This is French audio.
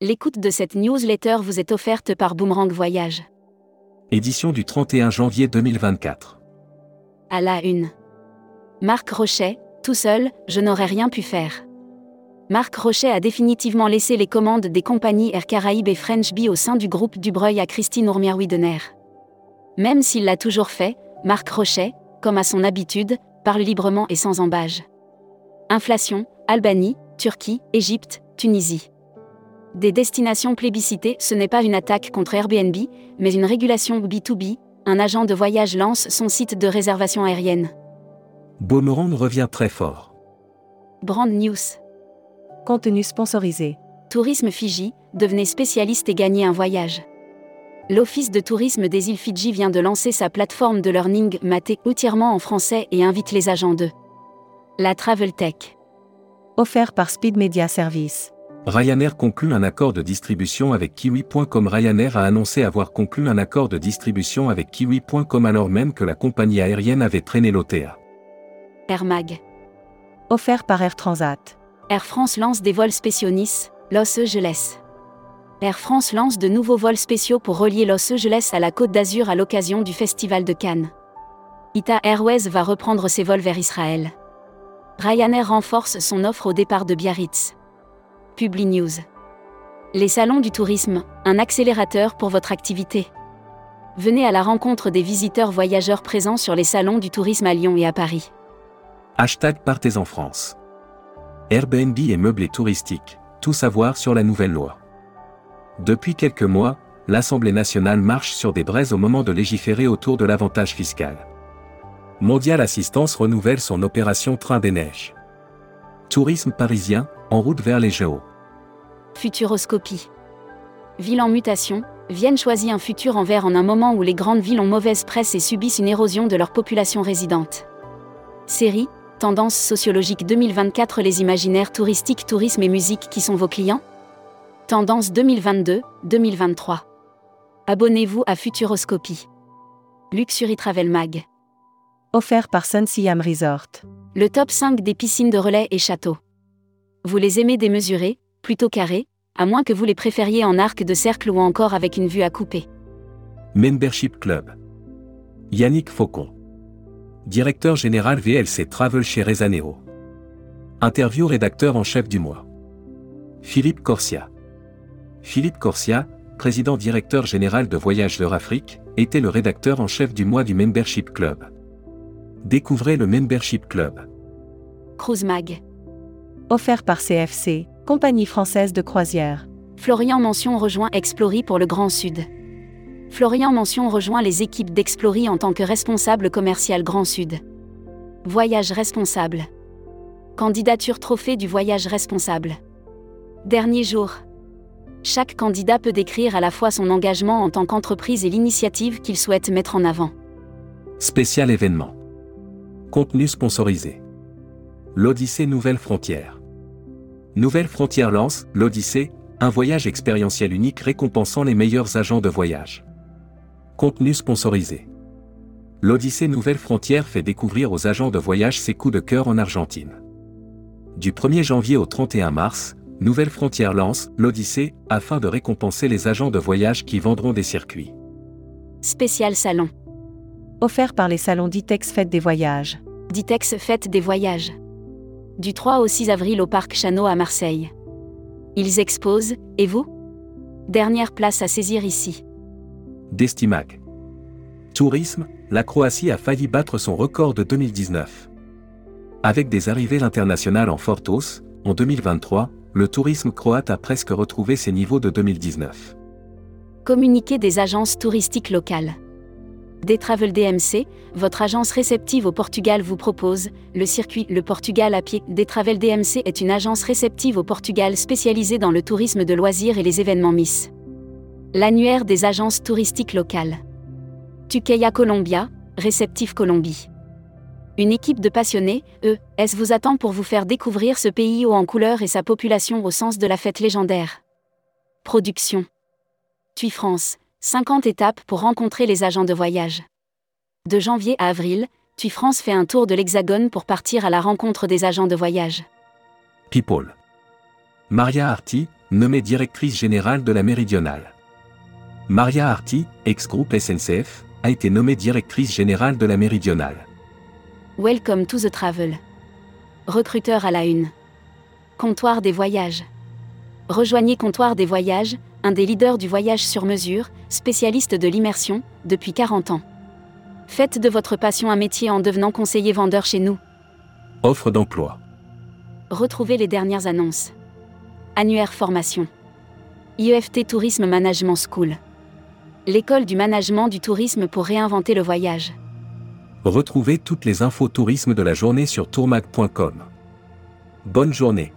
L'écoute de cette newsletter vous est offerte par Boomerang Voyage. Édition du 31 janvier 2024. À la une. Marc Rochet, tout seul, je n'aurais rien pu faire. Marc Rochet a définitivement laissé les commandes des compagnies Air Caraïbes et French Bee au sein du groupe Dubreuil à Christine Ourmier-Widener. Même s'il l'a toujours fait, Marc Rochet, comme à son habitude, parle librement et sans embâge. Inflation, Albanie, Turquie, Égypte, Tunisie. Des destinations plébiscitées, ce n'est pas une attaque contre Airbnb, mais une régulation B2B, un agent de voyage lance son site de réservation aérienne. Boomerang revient très fort. Brand News. Contenu sponsorisé. Tourisme Fidji, devenez spécialiste et gagnez un voyage. L'Office de tourisme des îles Fidji vient de lancer sa plateforme de learning maté entièrement en français et invite les agents de la Travel Tech. Offert par Speed Media Service. Ryanair conclut un accord de distribution avec Kiwi.com. Ryanair a annoncé avoir conclu un accord de distribution avec Kiwi.com alors même que la compagnie aérienne avait traîné l'OTA. Air Mag. Offert par Air Transat. Air France lance des vols spéciaux Nice, Los Angeles. Air France lance de nouveaux vols spéciaux pour relier Los Angeles à la Côte d'Azur à l'occasion du Festival de Cannes. Ita Airways va reprendre ses vols vers Israël. Ryanair renforce son offre au départ de Biarritz. PubliNews. Les salons du tourisme, un accélérateur pour votre activité. Venez à la rencontre des visiteurs voyageurs présents sur les salons du tourisme à Lyon et à Paris. Hashtag Partez en France. Airbnb et meublés touristiques, tout savoir sur la nouvelle loi. Depuis quelques mois, l'Assemblée nationale marche sur des braises au moment de légiférer autour de l'avantage fiscal. Mondial Assistance renouvelle son opération Train des Neiges. Tourisme parisien, en route vers les Géos. Futuroscopie. Ville en mutation, Vienne choisit un futur en vert en un moment où les grandes villes ont mauvaise presse et subissent une érosion de leur population résidente. Série, Tendance sociologique 2024 Les imaginaires touristiques, tourisme et musique qui sont vos clients Tendance 2022-2023. Abonnez-vous à Futuroscopie. Luxury Travel Mag. Offert par Sun Siam Resort. Le top 5 des piscines de relais et châteaux. Vous les aimez démesurées, plutôt carrées, à moins que vous les préfériez en arc de cercle ou encore avec une vue à couper. Membership Club. Yannick Faucon. Directeur général VLC Travel chez Rezaneo. Interview rédacteur en chef du mois. Philippe Corsia. Philippe Corsia, président directeur général de Voyageurs Afrique, était le rédacteur en chef du mois du Membership Club. Découvrez le Membership Club. Cruise Mag. Offert par CFC, compagnie française de croisière. Florian Mention rejoint Explory pour le Grand Sud. Florian Mention rejoint les équipes d'Explory en tant que responsable commercial Grand Sud. Voyage responsable. Candidature trophée du voyage responsable. Dernier jour. Chaque candidat peut décrire à la fois son engagement en tant qu'entreprise et l'initiative qu'il souhaite mettre en avant. Spécial événement. Contenu sponsorisé. L'Odyssée Nouvelle Frontière. Nouvelle Frontière lance l'Odyssée, un voyage expérientiel unique récompensant les meilleurs agents de voyage. Contenu sponsorisé. L'Odyssée Nouvelle Frontière fait découvrir aux agents de voyage ses coups de cœur en Argentine. Du 1er janvier au 31 mars, Nouvelle Frontière lance l'Odyssée afin de récompenser les agents de voyage qui vendront des circuits. Spécial salon. Offert par les salons Ditex Fête des Voyages. Ditex Fête des Voyages. Du 3 au 6 avril au Parc Chano à Marseille. Ils exposent, et vous Dernière place à saisir ici. Destimac. Tourisme, la Croatie a failli battre son record de 2019. Avec des arrivées internationales en forte hausse, en 2023, le tourisme croate a presque retrouvé ses niveaux de 2019. Communiqué des agences touristiques locales. Des Travel DMC, votre agence réceptive au Portugal vous propose le circuit Le Portugal à pied. Des Travel DMC est une agence réceptive au Portugal spécialisée dans le tourisme de loisirs et les événements MIS. L'annuaire des agences touristiques locales. Tukeya Colombia, réceptif Colombie. Une équipe de passionnés, ES vous attend pour vous faire découvrir ce pays haut en couleur et sa population au sens de la fête légendaire. Production. TUI France, 50 étapes pour rencontrer les agents de voyage. De janvier à avril, TUI France fait un tour de l'Hexagone pour partir à la rencontre des agents de voyage. People. Maria Arti, nommée directrice générale de la Méridionale. Maria Arti, ex-groupe SNCF, a été nommée directrice générale de la Méridionale. Welcome to the travel. Recruteur à la une. Comptoir des voyages. Rejoignez Comptoir des voyages, un des leaders du voyage sur mesure, spécialiste de l'immersion, depuis 40 ans. Faites de votre passion un métier en devenant conseiller vendeur chez nous. Offre d'emploi. Retrouvez les dernières annonces. Annuaire formation. IEFT Tourisme Management School. L'école du management du tourisme pour réinventer le voyage. Retrouvez toutes les infos tourisme de la journée sur tourmag.com. Bonne journée.